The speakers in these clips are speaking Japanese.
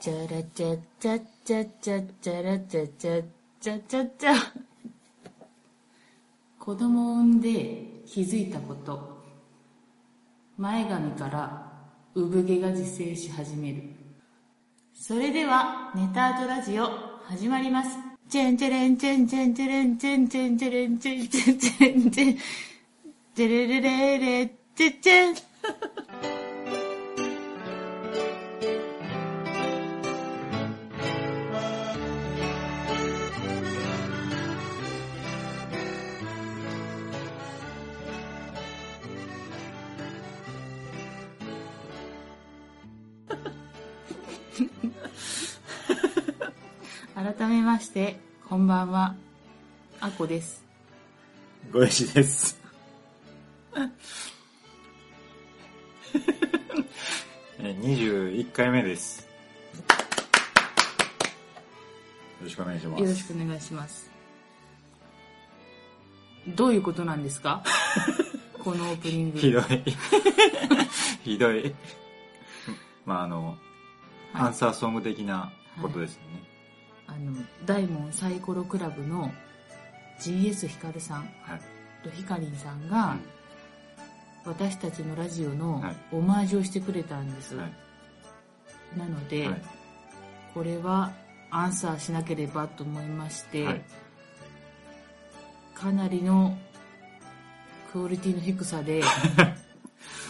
チャラチャチャチャチャチャラチャチャチャチャチャ子供を産んで気づいたこと前髪から産毛が自生し始めるそれではネタアートラジオ始まりますチェンチェレンチェンチェンチェレンチェンチェンチェレンチェンチェンチェンチェンチェレレレレチェチェン改めましてこんばんはあこですごよしです。 え21回目です。よろしくお願いします。よろしくお願いしますどういうことなんです かこのオープニングひどい。 ひどい。まあ、あの、アはンい、サーソング的なことですよね。あの大門サイコロクラブの GS ヒカルさんはい。とヒカリンさんが私たちのラジオのはいオマージュをしてくれたんです、はなのい。で、はいこれはアンサーしなければと思いまして、はい。かなりのクオリティの低さ で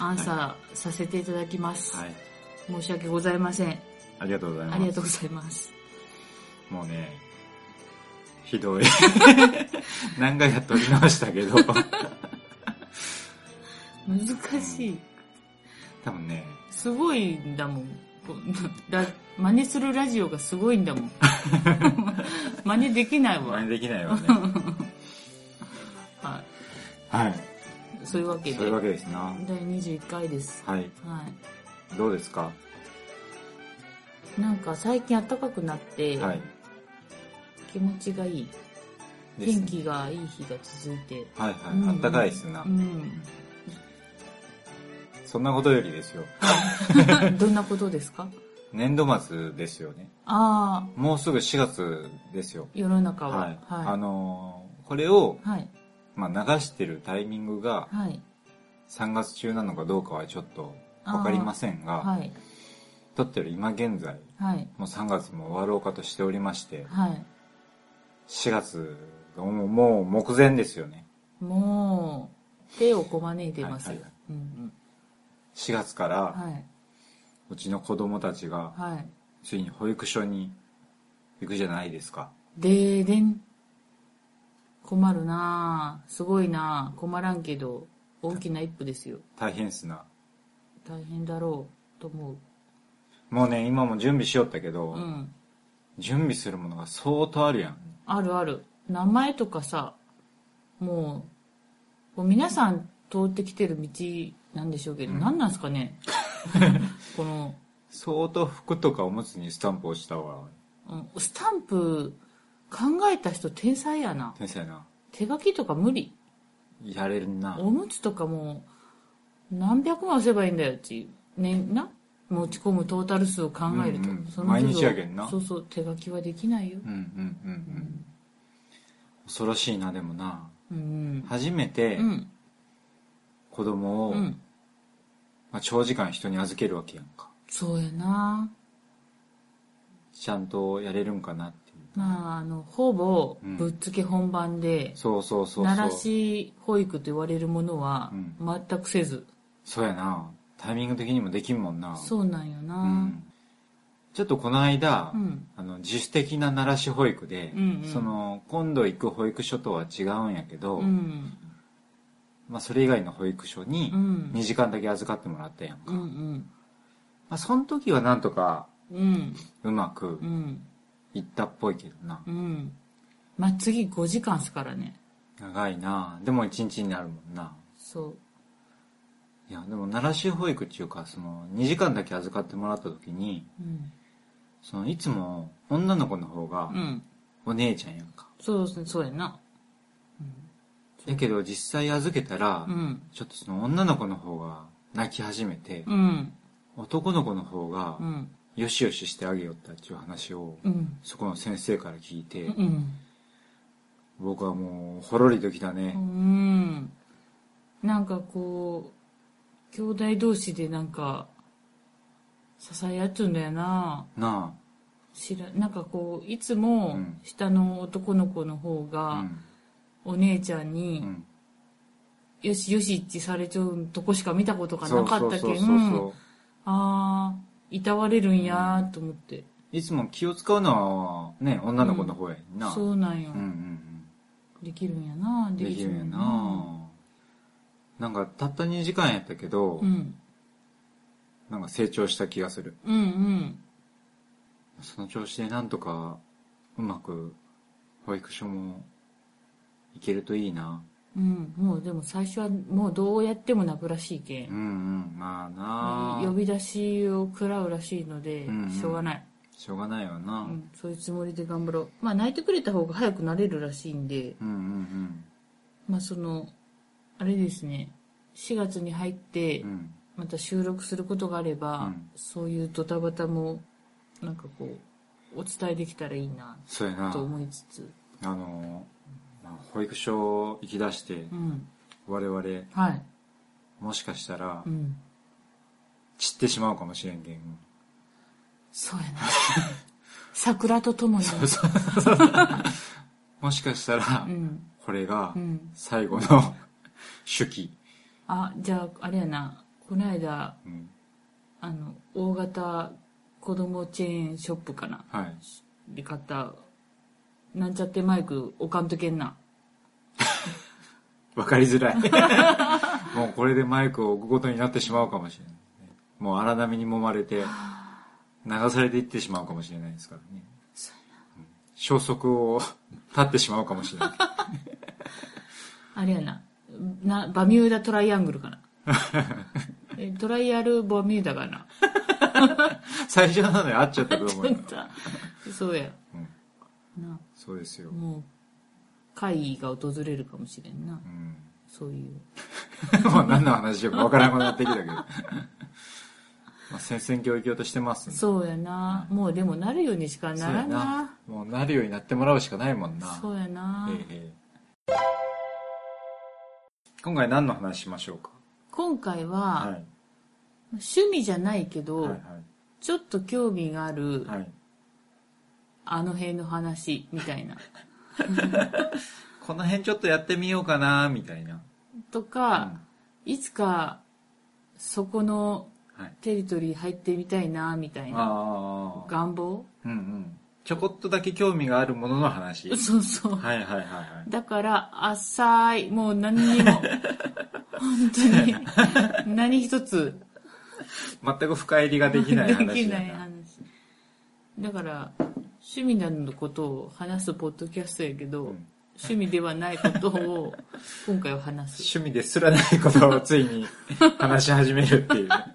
アンサーさせていただきます、はい。申し訳ございませんありがとうございます。ありがとうございますもうね、ひどい。何回か撮り直したけど、難しい多分ね、すごいんだもんこラ真似するラジオがすごいんだ もん真似できないわ真似できないわね。ははい。いそういうわけでそういうわけですな。第21回ですはい。はどうですかいなんか最近暖かくなって、はい。気持ちがいいです天気がいい日が続いてはいはうんい。あったかいっすなう。んそんなことよりですよ。 どんなことですか年度末ですよね。ああもうすぐ4月ですよ。世の中ははい。あはのー、これを、いはいまあ、流してるタイミングがはい3月中なのかどうかはちょっとわかりませんが、はい撮ってる今現在、はいもう3月も終わろうかとしておりまして、はい4月がもうもう目前ですよね。もう手をこまねいてますよはいはいうん4月かうんら、はいうちの子供たちが、はいついに保育所に行くじゃないですか。でーでん困るなあすごいなあ困らんけど大きな一歩ですよ大変っすな。大変だろうと思もうね、今も準備しよったけど、ううん準備するものが相当あるやん。あるある。名前とかさ、もう、こう皆さん通ってきてる道なんでしょうけど、うん何なんすかねこの、相当服とかおむつにスタンプをしたわ。うんスタンプ考えた人天才やな。天才な。手書きとか無理。やれるな。おむつとかもう何百万押せばいいんだよっていう。ね、な持ち込むトータル数を考えると。うんうんその都度毎日やけんなそうそう、手書きはできないよう。んうんうんうん。恐ろしいな、でもな。うん。初めてうん。子供を、うん。まあ、長時間人に預けるわけやんか。そうやなちゃんとやれるんかなっていう。まあ、あの、ほぼうん、ぶっつけ本番で、そうそうそうそう。鳴らし保育と言われるものはう、全くせず。そうやな。タイミング的にもできんもんな。そうなんような。ん。ちょっとこの間、うん。あの自主的な慣らし保育で、うんうんその今度行く保育所とは違うんやけど、うん。まあ、それ以外の保育所にうん2時間だけ預かってもらったやんか、うん。うん。まあ、その時はなんとかうん。うまくうん。いったっぽいけどな、うん。まあ、次5時間っすからね。長いなでも1日になるもんなそう。いやでも慣らし保育っていうかその2時間だけ預かってもらった時にうん。そのいつも女の子の方がうん。お姉ちゃんやんか、そうですね、そうやな。やけど実際預けたら、うん。ちょっとその女の子の方が泣き始めて、うん。男の子の方がうん。よしよししてあげよったっていう話を、うん。そこの先生から聞いて、うん。僕はもう、ほろりときたうね。ん。なんかこう、兄弟同士でなんか、支え合っちゃうんだよなな知ら、なんかこう、いつうもん、下の男の子の方あ。うが、ん。お姉ちゃんうに、ん。よしよしってされちゃうとこしか見たことがそなうかそっうたそけ、うんそう。あー、いたわれるんやーと思って。いつも気を使うのは、ね、女の子の方やな。そうなんようん。うんできるんやなうん。できるんやちゃうんな。なんか、たった2時間やったけど、うん。なんか成長した気がする。うんうん。その調子でなんとか、うまく、保育所も、行けるといいな。うん、もうでも最初はもうどうやっても泣くらしいけうんん。うん、まあな呼び出しを食らうらしいのでうんうん、しょうがない。しょうがないわうな。ん、そういうつもりで頑張ろう。まあ泣いてくれた方が早くなれるらしいんで、うんうんまあその、あれですね、4月に入ってうん。う、ん。また収録することがあれば、うんそういうドタバタも、なんかこう、お伝えできたらいいな、そうやなと。思いつつ。あの、まあ保育所行き出してう、ん。我々、はい。もしかしたらう、ん。散ってしまうかもしれんけん。そう やな。桜とともに。もしかしたらう、ん。これがう、ん。最後の手記。あ、じゃあ、あれやな。この間、うん。あの、大型子供チェーンショップかな。はい。で買った、なんちゃってマイク置かんとけんな。わかりづらい。 もうこれでマイクを置くことになってしまうかもしれない。もう荒波に揉まれて、流されていってしまうかもしれないですからね。うん消息を絶ってしまうかもしれない。あれやな。な、バミューダトライアングルか な。えトライアルバミューダかな。最初なのに合っちゃったと思うちょよ っ。とそうや。うんな、そうですよ。もう、会が訪れるかもしれんなう。ん。そういう。 もう何の話よかわからなくなってきたけど。 まあ、戦々恐々としてますんでそうやな。もうでもなるようにしかならんな。そうやなもうなるようになってもらうしかないもんな。そうやな。ええ今回何の話しましょうか今回はいは、。趣味じゃないけはいど、ちょっと興味があるはい。、はい。あの辺の話、みたいな。この辺ちょっとやってみようかな、みたいな。とか、いつか、そこのはい。テリトリー入ってみたいな、みたいな。ああ。願望うんうん。ちょこっとだけ興味があるものの話。はいそうそう。はいはいはい。だから、浅い。もう何に も。本当に。何一つ全く深入りができないで話。きない話。だから、趣味などのことを話すポッドキャストやけど、うん趣味ではないことを今回は話す。趣味ですらないことをついに話し始めるっていう。は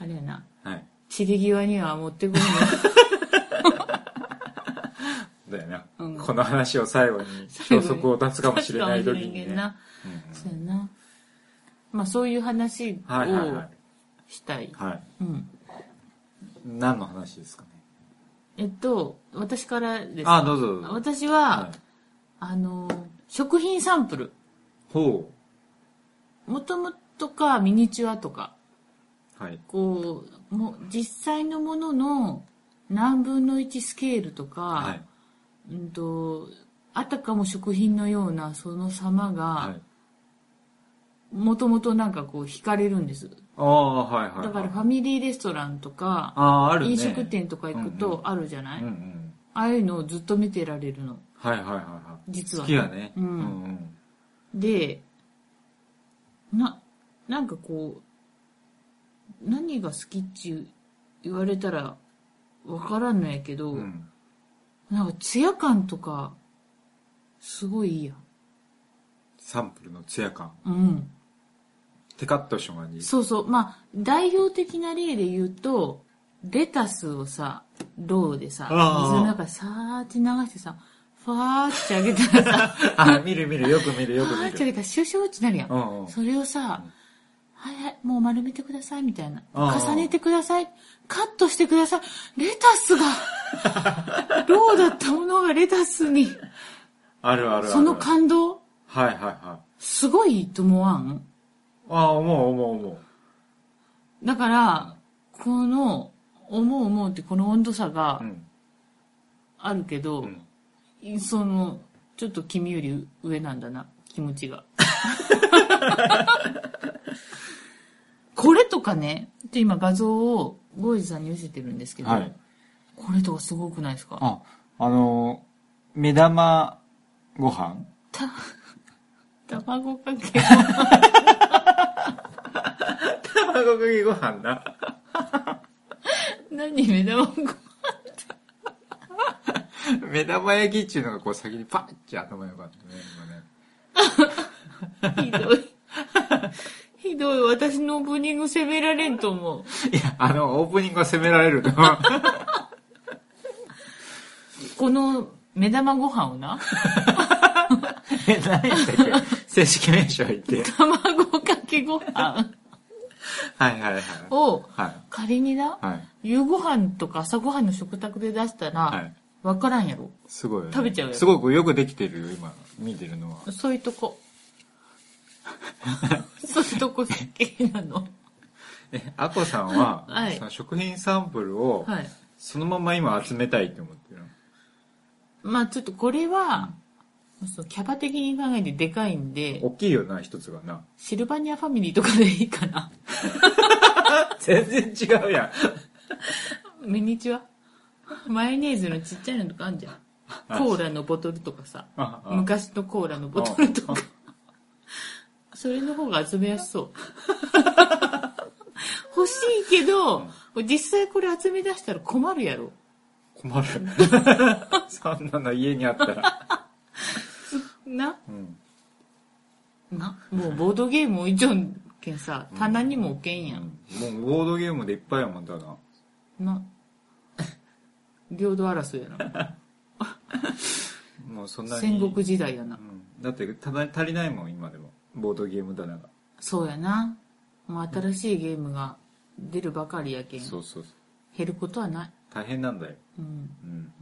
あれやな。い。散り際には持ってこない。だよな、うんこの話を最後に消息を絶つかもしれない時に、ね。な。うんうんそうやな。まあそういう話はいはいはをい。したい。はい。うん。何の話ですかね。えっと、私からです。あ、どうぞどうぞ。私はは、いあの、食品サンプル。ほもともとかミニチュアとか、う。はい。こう、もう実際のものの何分の1スケールとか、はい。うんと、あたかも食品のようなその様はが、い。もともとなんかこう惹かれるんです。ああ、はいはいはい。だからファミリーレストランとか、ああ、あるね。飲食店とか行くとあるじゃない、うんうん。ああいうのをずっと見てられるの。はいはいはいはい。実好はきね、やね。うんんで、な、なんかこう、何が好きって言われたらわからんのやけど、うん。うん。なんかツヤ感とか、すごいいいやん。サンプルのツヤ感。うん。テカッとした感じ。そうそう。まあ、代表的な例で言うと、レタスをさ、ロウでさ、あー水の中さーって流してさ、ファーってあげたらさ、あ、見る見る、よく見るフ よァーく見ってある。げたらシュシュってなるやん。うんうん。それをさ、はいはい、もう丸めてください、みたいな。あー重ねてください。カットしてください。レタスが、 ローだったものがレタスに、あるあるある。その感動、はいはいはい。すごいと思わんああ、思う思う思だから、この、思う思うってこの温度差がう。うん。あるけど、うんその、ちょっと君より上なんだな、気持ち が。これとかね、ちょっと今画像をボーイズさんに見せてるんですけど、はいこれとかすごくないですかあ、あのー、目玉ご飯た、卵かけ。 卵かけご飯な。何目玉ご飯目玉焼きっていうのがこう先にパッて頭よかったね、今ね。ひどい。ひどい。私のオープニング責められんと思う。いや、あの、オープニングは責められるの。はこの目玉ご飯をな、え、何やったっけ正式名称言って。卵かけご飯はいはいはい。を、はい。仮にだ、はい。夕ご飯とか朝ご飯の食卓で出したはらい、わからんやろ。すごいよね、食べちゃうよすごくよくできてるよ、今、見てるのは。そういうと こ。そういうとこ好きなの。え、アコさんは、はいその食品サンプルを、はい。そのまま今集めたいって思ってるの。まあちょっとこれは、そうキャパ的に考えてでかいんで、大きいよな、一つが な。シルバニアファミリーとかでいいかな。全然違うやん。ミニチュアマヨネーズのちっちゃいのとかあんじゃん。コーラのボトルとかさ。ああ昔のコーラのボトルとか。それの方が集めやすそう。欲しいけど、実際これ集め出したら困るやろ。困る。そんなの家にあったら。な、うん。な、もうボードゲーム置いちゃうんけんさ、棚にも置けんやん。うんもうボードゲームでいっぱいやもんだな。な。領土争いやな。もうそんなに。戦国時代やなう。ん。だって、ただ足りないもん、今でも。ボードゲーム棚が。そうやな。もう新しいゲームが出るばかりやけん。そうそうそう。減ることはない。大変なんだよ。うん。うん。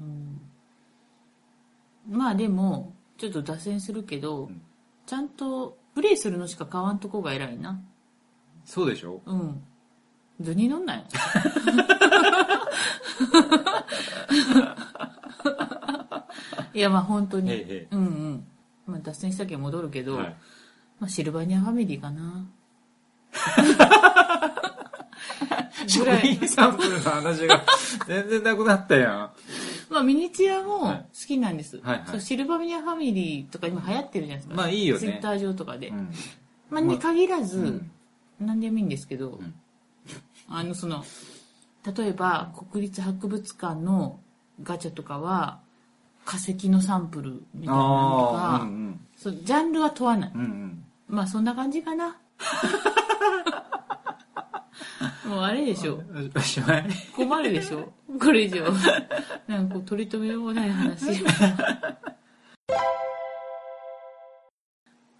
うん、まあでも、ちょっと脱線するけど、んちゃんとプレイするのしか買わんとこが偉いな。そうでしょうん。図に乗んなよ。いや、まあ本当に。へいへいうんうん。まあ脱線したけん戻るけど、はい。まあシルバニアファミリーかな。ぐ食らい品サンプルの話が全然なくなったやん。まあミニチュアもはい好きなんです。はいはいそうシルバニアファミリーとか今流行ってるじゃないですか。まあいいよねツイッター上とかで。うん。まあに限らうず、ん何でもいいんですけど、んあの、その、例えば、国立博物館のガチャとかは、化石のサンプルみたいなのとああ、か、うんそうジャンルは問わない。うん。うんうん。まあ、そんな感じか な。もうあれでしょ。おおしまい困るでしょ。これ以上。なんかこう、取り留めようもない 話。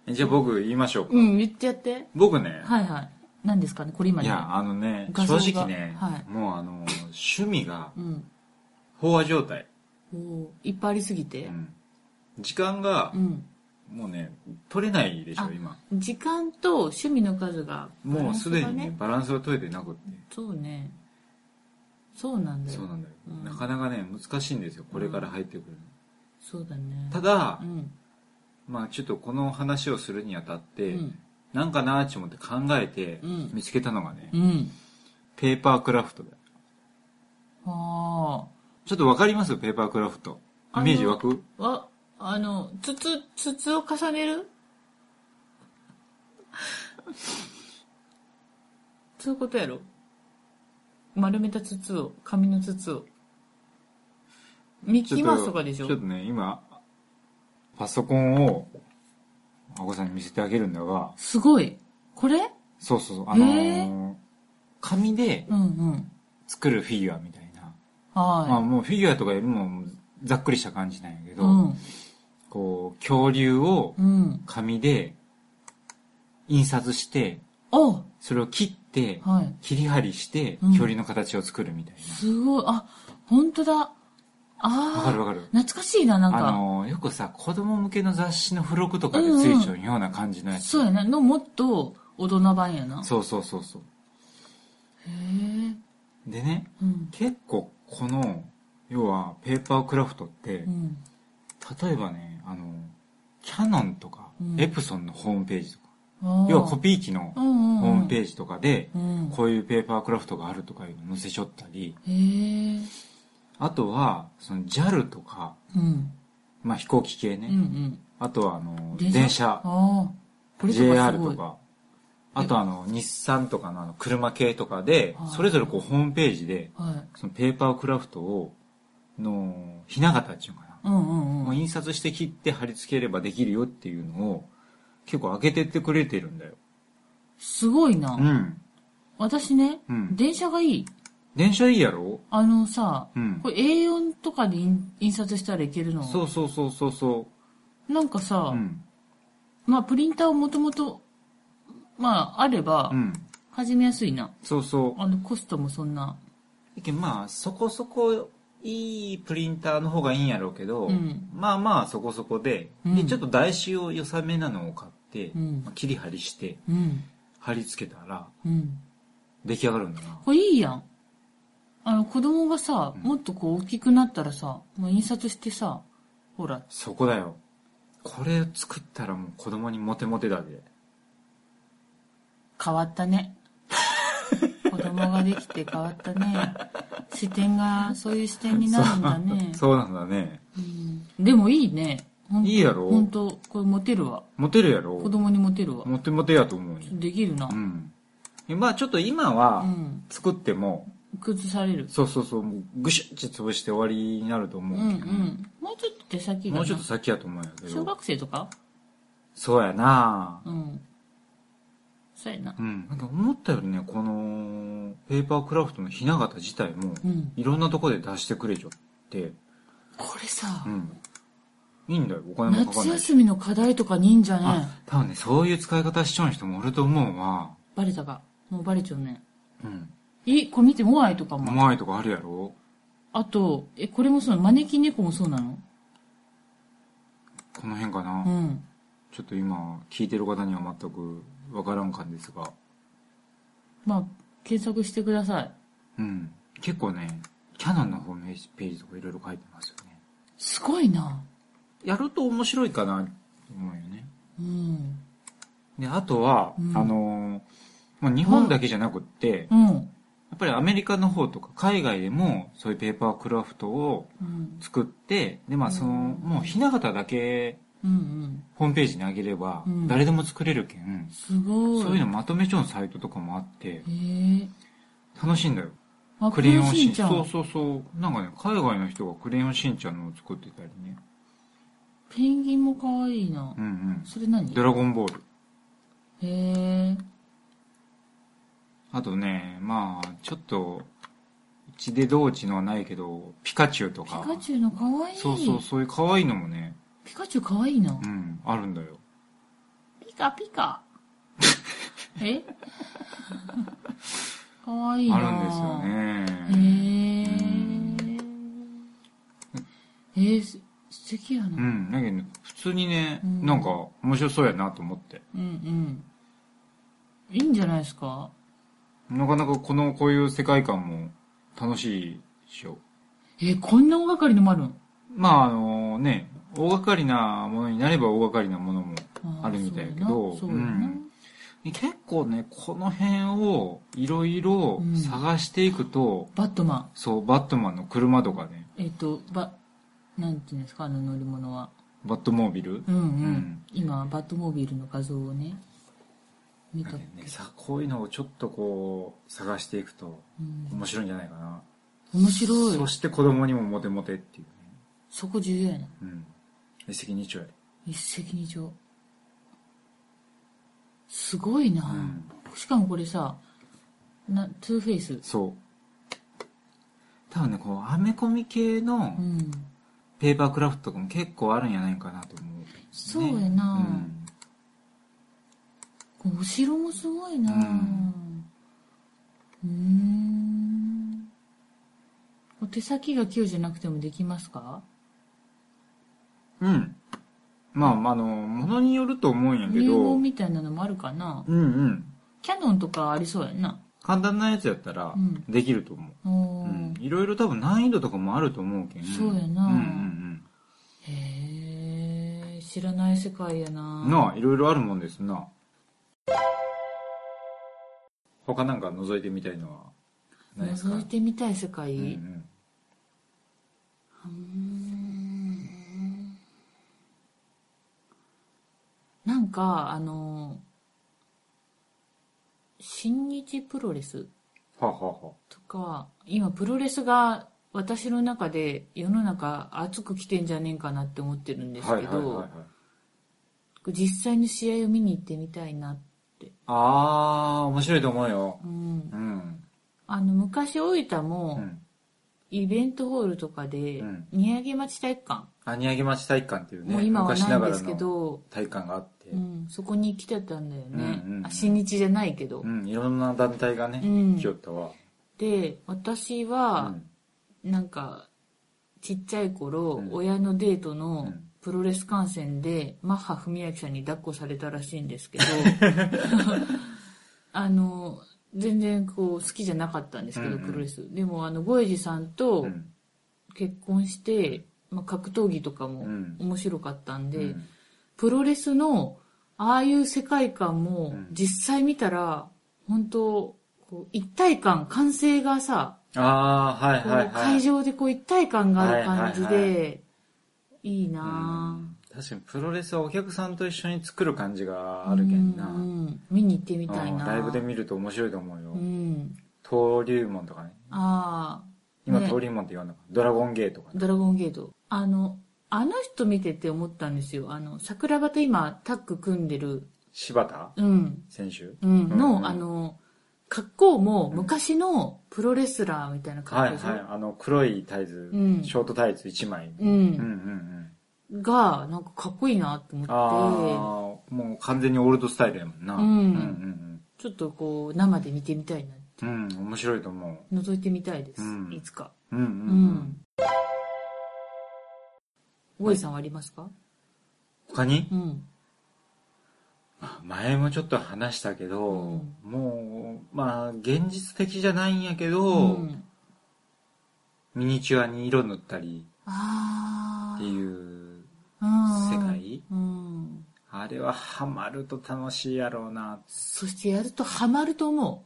じゃあ僕言いましょうか。うん、言ってやって。僕ね、はいはい。何ですかね、これ今いね。や、あのね、画像正が直ね、はいもうあの、趣味がうん。飽和状態。おーいっぱいありすぎてう。ん時間がう、ん。もうね、取れないでしょあ、今。時間と趣味の数が、もうすバラでにンスがね、バランスが取れてなくって。そうねそうなんだよそうなんだよう。んなかなかね、難しいんですよ。これから入ってくるの。そうだねただう、んまあちょっとこの話をするにあたっうて、んなんかなーって思って考えてうん見つけたのがね、うんペーパークラフトだよ。あちょっとわかりますペーパークラフト。イメージ湧くあわあの筒筒を重ねる そういうことやろ丸めた筒を紙の筒をミッちキょーマっウスとかでしょちょっとね、今、パソコンを、あこさんに見せてあげるんだが、すごいこれそうそうそう、あのーへ紙でうんうん作るフィギュアみたいな。まあはもうフィギュアとかよりもざっくりした感じなんやけいど、うんこう、恐竜をうん紙で印刷しておそれを切って、はい切り張りしてうん、恐竜の形を作るみたいすごい。あ、本当だ。な。あわあ。かるわかる。懐かしいな、なんあか。のー、よくさ、子供向けの雑誌の付録とかでついちゃうような感じのやつ。そうやな。の、もっと大人版やな。そうそうそうそう。へえ。でね、うん。結構この、要はペーパークラフトってう、ん。例えばね、あの、キャノンとかう、んエプソンのホームページとか、あ要はコピー機のうホんうんうんームページとかで、うん。こういうペーパークラフトがあるとかいうの載せちょったり、へえ。あとは、その JAL とか、うん。まあ飛行機系うね、んうん。あとはあの、電車電あ車、あ。これとかす JR ごとい。か、あとあの、日産とかのあの車系とかではい、それぞれこうホームページで、はい。そのペーパークラフトを、の、ひな形っていうのかな。うんうんもう。うん印刷して切って貼り付ければできるよっていうのを、結構開けてってくれてるんだよ。すごいな。うん。私ね、うん電車がいい。電車いいやろあのさ、うんこれ A4 とかで印印刷したらいけるのそうそうそうそうそなんかさ、う。うん。まあプリンターをもともと、まああればう、ん。始めやすいな。そうそう。あの、コストもそんな。いけんまあ、そこそこいいプリンターの方がいいんやろうけど、うんまあまあそこそこで、うで、んちょっと台紙を良さめなのを買って、うんまあ切り貼りして、うん。貼り付けたら、うん。出来上がるんだな。これいいやん。あの、子供がさ、もっとこう大きくなったらさ、もう印刷してさ、ほら、そこだよ。これを作ったらもう子供にモテモテだで。変わった ね。子供ができて変わったね。視点が、そういう視点になるんだね。 そうなんだね。うんでもいいね。ほんといいやろほんと、これモテるわ。モテるやろ子供にモテるわ。モテモテやと思うよ。できるなう。ん。えまあちょっと今うは、ん。作っても、崩される。そうそうそう、もうぐしゅって潰して終わりになるとう思んううけど、ん。もうちょっと手先がな。もうちょっと先やと思うんやけど。小学生とかそうやなうん。そうやな。うん。なんか思ったよりね、この、ペーパークラフトのひな形自体も、うん。いろんなとこで出してくれちゃって、これさう、ん。いいんだよ、お金もかかん夏ないし。休みの課題とかにいいんじゃねあ、多分ね、そういう使い方しちゃう人もおると思うわ。バレたか。もうバレちゃうね。うん。え、これ見て、モアイとかうも。まいとこあるやろあと、え、これもそう、招き猫もそうなのこの辺かな、うん。ちょっと今、聞いてる方には全くわからん感じですが。まあ、検索してください。うん。結構ね、キャノンのホームページとかいろいろ書いてますよね。すごいな。やると面白いかな、と思うよね。うん。で、あとは、うんあのーまあ、日本だけじゃなくって、やうん。っぱりアメリカの方とか海外でもそういうペーパークラフトをうん。作って、で、まあ、その、もうひな形だけうんうん。ホームページにあげればうん、誰でも作れるけん、すごい。そういうのまとめちゃうサイトとかもあって、へえ。楽しいんだよ。あ、クレヨンししんんちちゃゃ。ん。そうんそうそう。なんかね、海外の人がクレヨンしんちゃんのを作ってたりね。ペンギンも可愛いなう。んうん。それ何ドラゴンボール。へえ。あとね、まあ、ちょっと、血で同値のはないけど、ピカチュウとピか。カチュウの可愛い。そうそう、そういう可愛いのもね、ピカチュウ可愛いなう。ん、あるんだよ。ピカピカ。 え 可愛いな。あるんですよへね。ええー、す素敵やうな。ん、だけどね、普通にね、うんなんか面白そうやなと思って。うんうん。いいんじゃないですかなかなかこの、こういう世界観も楽しいでしょ。えこんな大掛かりのもあるんまあ、あのね、大掛かりなものになれば大掛かりなものもーあるみたいやけど、そうやなそうやなうん結構ね、この辺をいろいろうん探していくと、バットマン。そう、バットマンの車とかね、えっ、と、ば、なんていうんですか、あの乗り物は。バットモービルうんうん。ん今、バットモービルの画像をね、見だたけっどけ、ね、さ、こういうのをちょっとこう、探していくとうん。面白いんじゃないかな。面白いそ。して子供にもモテモテっていうね。そこ重要やな。うん。一石二鳥やで。一石二鳥。すごいな、うんしかもこれさ、な、トゥーフェイス。そう。多分ね、こう、アメコミ系のうん。ペーパークラフトとかも結構あるんじゃないかなと思う、そうやなうんお城もすごいなぁうんうーん。お手先が器用じゃなくてもできますかうん。まあ、まああの、ものによると思うんやけ入ど、門うんみたいなのもあるかなうん。キャノンとかありそうやんな。簡単なやつやったらうん、できると思う。おうーん。いろいろ多分難易度とかもあると思うけん。そうやなうんうんへえ、知らない世界やう。なんなあ、いろいろあるもんですな。他なんか覗いてみたいのはないですか覗いてみたい世界、うんうんなんか、あの、新日プロレスはあはあはあとか、今プロレスが私の中で世の中熱く来てんじゃねえかなって思ってるんですけど、はいはいはいはい。実際に試合を見に行ってみたいなって。あー、面白いと思うよ。うんう、ん。あの昔大分うもん。イベントホールとかでうん、宮城町体育館、兄上町体育館っていうね、もう今は昔なないんがでらすけのど、体育館があって、うん、そこに来てたんだよね、うんうんうんあ新日じゃないけど、うん、いろんな団体がね、うん来よったわ。で私うは、ん。なんかちっちゃい頃、うん親のデートうのんプロレス観戦でマッハ文明さんに抱っこされたらしいんですけ どあの全然こう好きじゃなかったんですけど、うんうんプロレスでもあのゴエジさんとうん結婚して、まあ、格闘技とかもうん面白かったんで、うんプロレスのああいう世界観もうん実際見たら、本当こう一体感歓声がさあー、はいこはいうはい。会場でこう一体感がある感じはいはいで、いいなぁ。うん確かにプロレスはお客さんと一緒に作る感じがあるけんな。うんうん見に行ってみたいうんなライブで見ると面白いと思ううよ。ん。登竜門とかね。あ今ね登竜門って言わんのか。ドラゴンゲートかあ、。ドラゴンゲート。あの、あの人見てて思ったんですよ。あの、桜庭と今タッグ組んでる、柴田うん、選手うん、うんの、うんあの、格好も昔のプロレスラーみたいなは格い好でしょ、はい。あの、黒いタイツ、うんショートタイツ1枚。ううんうんん、うん。が、なんかかっこいいなって思あっあ、もう完全にオールドスタイルやもんな。うんうんて、ちょっとこう、生で見てみたいな。うんうん。うん、面白いと思覗いてみたいです。うんいつか。う。うんうんううん。ん。大井さんはありますか他にうん。前もちょっと話したけど、うんもう、まあ、現実的じゃないんやけど、ん、ミニチュアに色塗ったりああ。っていう、世世界うん。あれはハマると楽しいやろうな、そしてやるとハマると思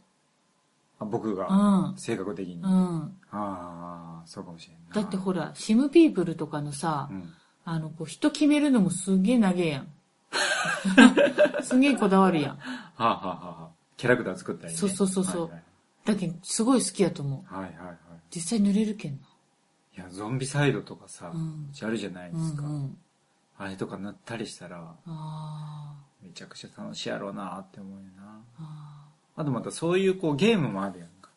あ僕う。うが、ん。性格的に。あうん。あ、そうかもしれんなだってほら、シムピープルとかのさ、うん、あの、こう、人決めるのもすげえ長えや ん。すげえこだわるやん。はあ、はあはあはあ、キャラクター作ったりね。そうそうそうそうはいだけど、すごい好きやと思う。はい、はいはいはい実際濡れるけんな。いや、ゾンビサイドとかさ、うんあるじゃないでうんすか。うん。あれとか塗ったりしたら、あめちゃくちゃ楽しいやろうなって思うよな。ーああとまたそういうこうゲームもあるやんか。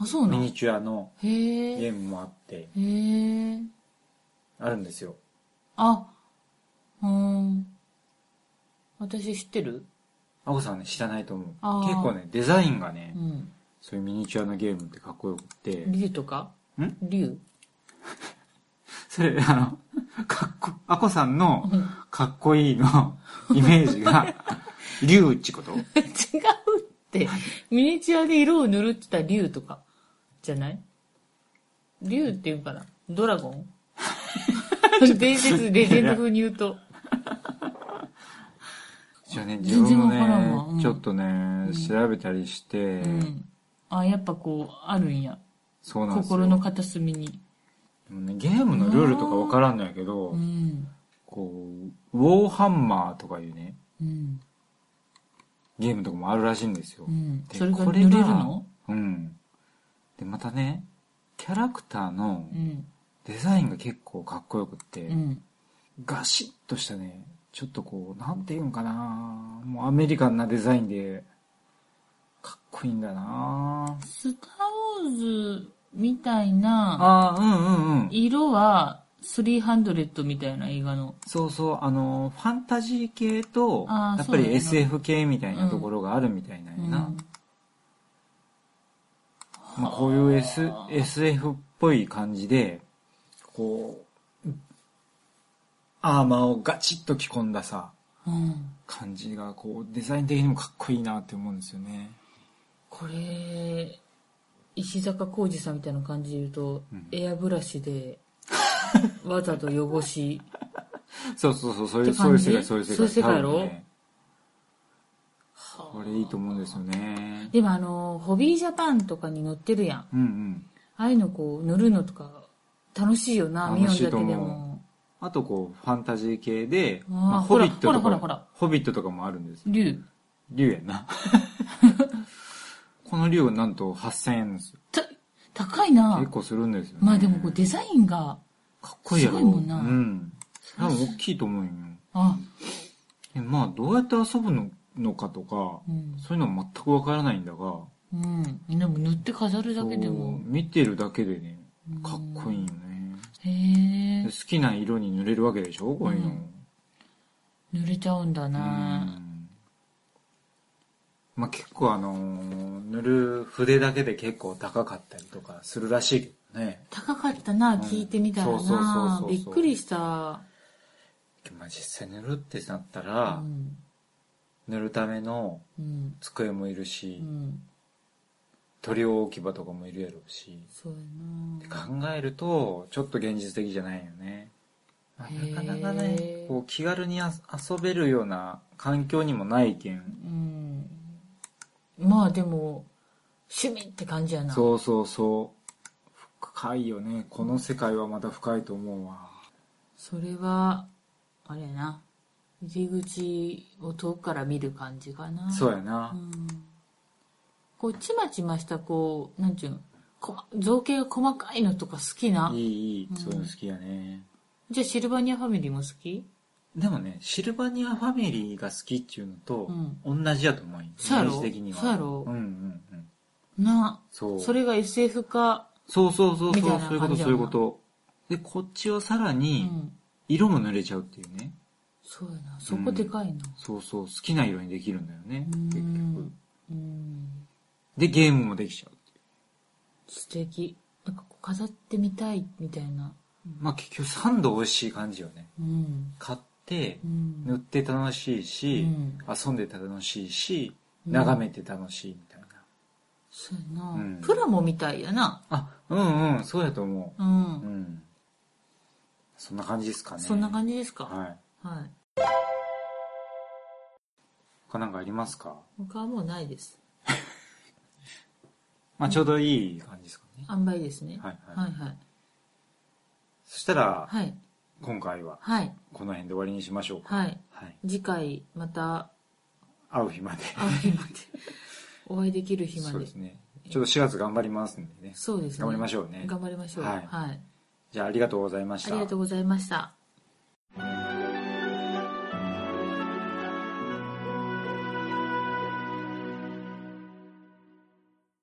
ー。あ、そうなミのニチュアのへえ。ゲームもあって、へえ。あるんですよ。あ、うーん。私知ってるあこさんね、知らないと思あう。ー結構ね、デザインがねう、ん。そういうミニチュアのゲームってかっこよくって、竜とかん竜 それ、あの、 かっこ、あこさんのかっこいいの イメージが、竜っ ちこと違うって。ミニチュアで色を塗るって言ったら竜とか。じゃない竜っていうかなドラゴ ン伝説、レジェンド風に言うと。じゃあね、自全然分もわからんわうんね、ちょっとね、調べたりしてう、ん。あ、やっぱこう、あるんや。そうなんですよ。心の片隅に。でもねゲームのルールとかわからんのやけど、うん。こう、ウォーハンマーとかいうね、うん。ゲームとかもあるらしいんですよ。うん。でそれがこ塗れれがるのうん。で、またね、キャラクターのうん。デザインが結構かっこよくって、うん。ガシッとしたね、ちょっとこう、なんていうんかなもうアメリカンなデザインで、かっこいいんだなスターウォーズみたいなああ、うんうんうん。色は300みたいな映画の。そうそう、あの、ファンタジー系と、あーやっぱそうりやな SF 系みたいなところがあるみたいなんやうんな。まあ、こういう、S、SF っぽい感じで、こう、アーマーをガチッと着込んださ、うん感じが、こう、デザイン的にもかっこいいなって思うんですよね。これ、石坂浩二さんみたいな感じで言うと、うんエアブラシで、 わざと汚し、そうそうそう、そういう、ってそうい感うじ世界、そういう世界。そういう世界やろ多分ねこれいいと思うんですよね。でもあの、ホビージャパンとかに載ってるやん。あうんうん。あいうのこう、塗るのとか、楽しいよな、見よ楽うしだいとけ思うでも。あとこう、ファンタジー系で、あーまあ、ほホらビットほとらほらほらか、ホビットとかもあるんですよ。竜。竜 やな。この竜はなんと8000円ですよ。た、高いな結。構するんですよ、ね。まあでもこう、デザインが、かっこいいやろ。すごいもんなうん。多分大きいと思うんよ。あ、えまあ、どうやって遊ぶののかとか、うん。そういうのは全くわからないんだが、うん。でも塗って飾るだけでこもう。見てるだけでね、かっこいいよね。へえで好、きな色に塗れるわけでしょこういうの。塗れちゃうんだうな。んまあ結構あのー塗る筆だけで結構高かったりとかするらしいけどね。高かったな、ん聞いてみたらそうそうそうそうなそ。うびっくりした。まあ実際塗るってなったうら、ん。塗るためのうん。机もいるし、うん。塗料置き場とかもいるやろうし、そうやって考な。えると、ちょっと現実的じゃないよね。まあへーなかなかね、こう気軽にあ遊べるような環境にもないけん。うん。まあでも、趣味って感じやな。そうそうそう。深いよね。この世界はまた深いと思うわ。それは、あれやな。入り口を遠くから見る感じかな。そうや。やな。。ん。こう、ちまちました、こう、なんちゅうの、こ造形が細かいのとか好きないいいい、うんそういうの好きやね。じゃあシルバニアファミリーも好きでもね、シルバニアファミリーが好きっていうのと、同じやと思うよ。そうやろイメージ的には。そうやろうんうんうん。な、そう。それが SF 化。そうそうそうみたいそう、なそういうこ感と、じやそなういうこと。で、こっちはさらうに、ん。色も塗れちゃうっていうね。そうやな。そこでかいな。そうそう、好きな色にできるんだよね。う結局ん。。うん。で、ゲームもできちゃうってい素敵。なんかこう飾ってみたいみたいな。う。まあ結局3度美味しい感じよね。うん。買ってう、ん。塗って楽しいうし、ん。遊んで楽しいうし、ん眺めて楽しいみたいな。そうやな。うんプラモみたいやな。あ、うんうん、そうやと思う。う。うんん。そんな感じですかね。そんな感じですか、はい。はい。他なんかありますか他はもうないです。まあちょうどいい感じですかね。塩梅ですね。はいははいいはい。そしたら、はい。今回ははい。この辺で終わりにしましょうか。はい。はい。次回、また、会う日まで。会う日 まで。お会いできる日まそうでです。ね。ちょっと4月頑張りますんでね。そうですね。頑張りましょうね頑張りましょう。はいはい。じゃあありがとうございましあた。りがとうございました。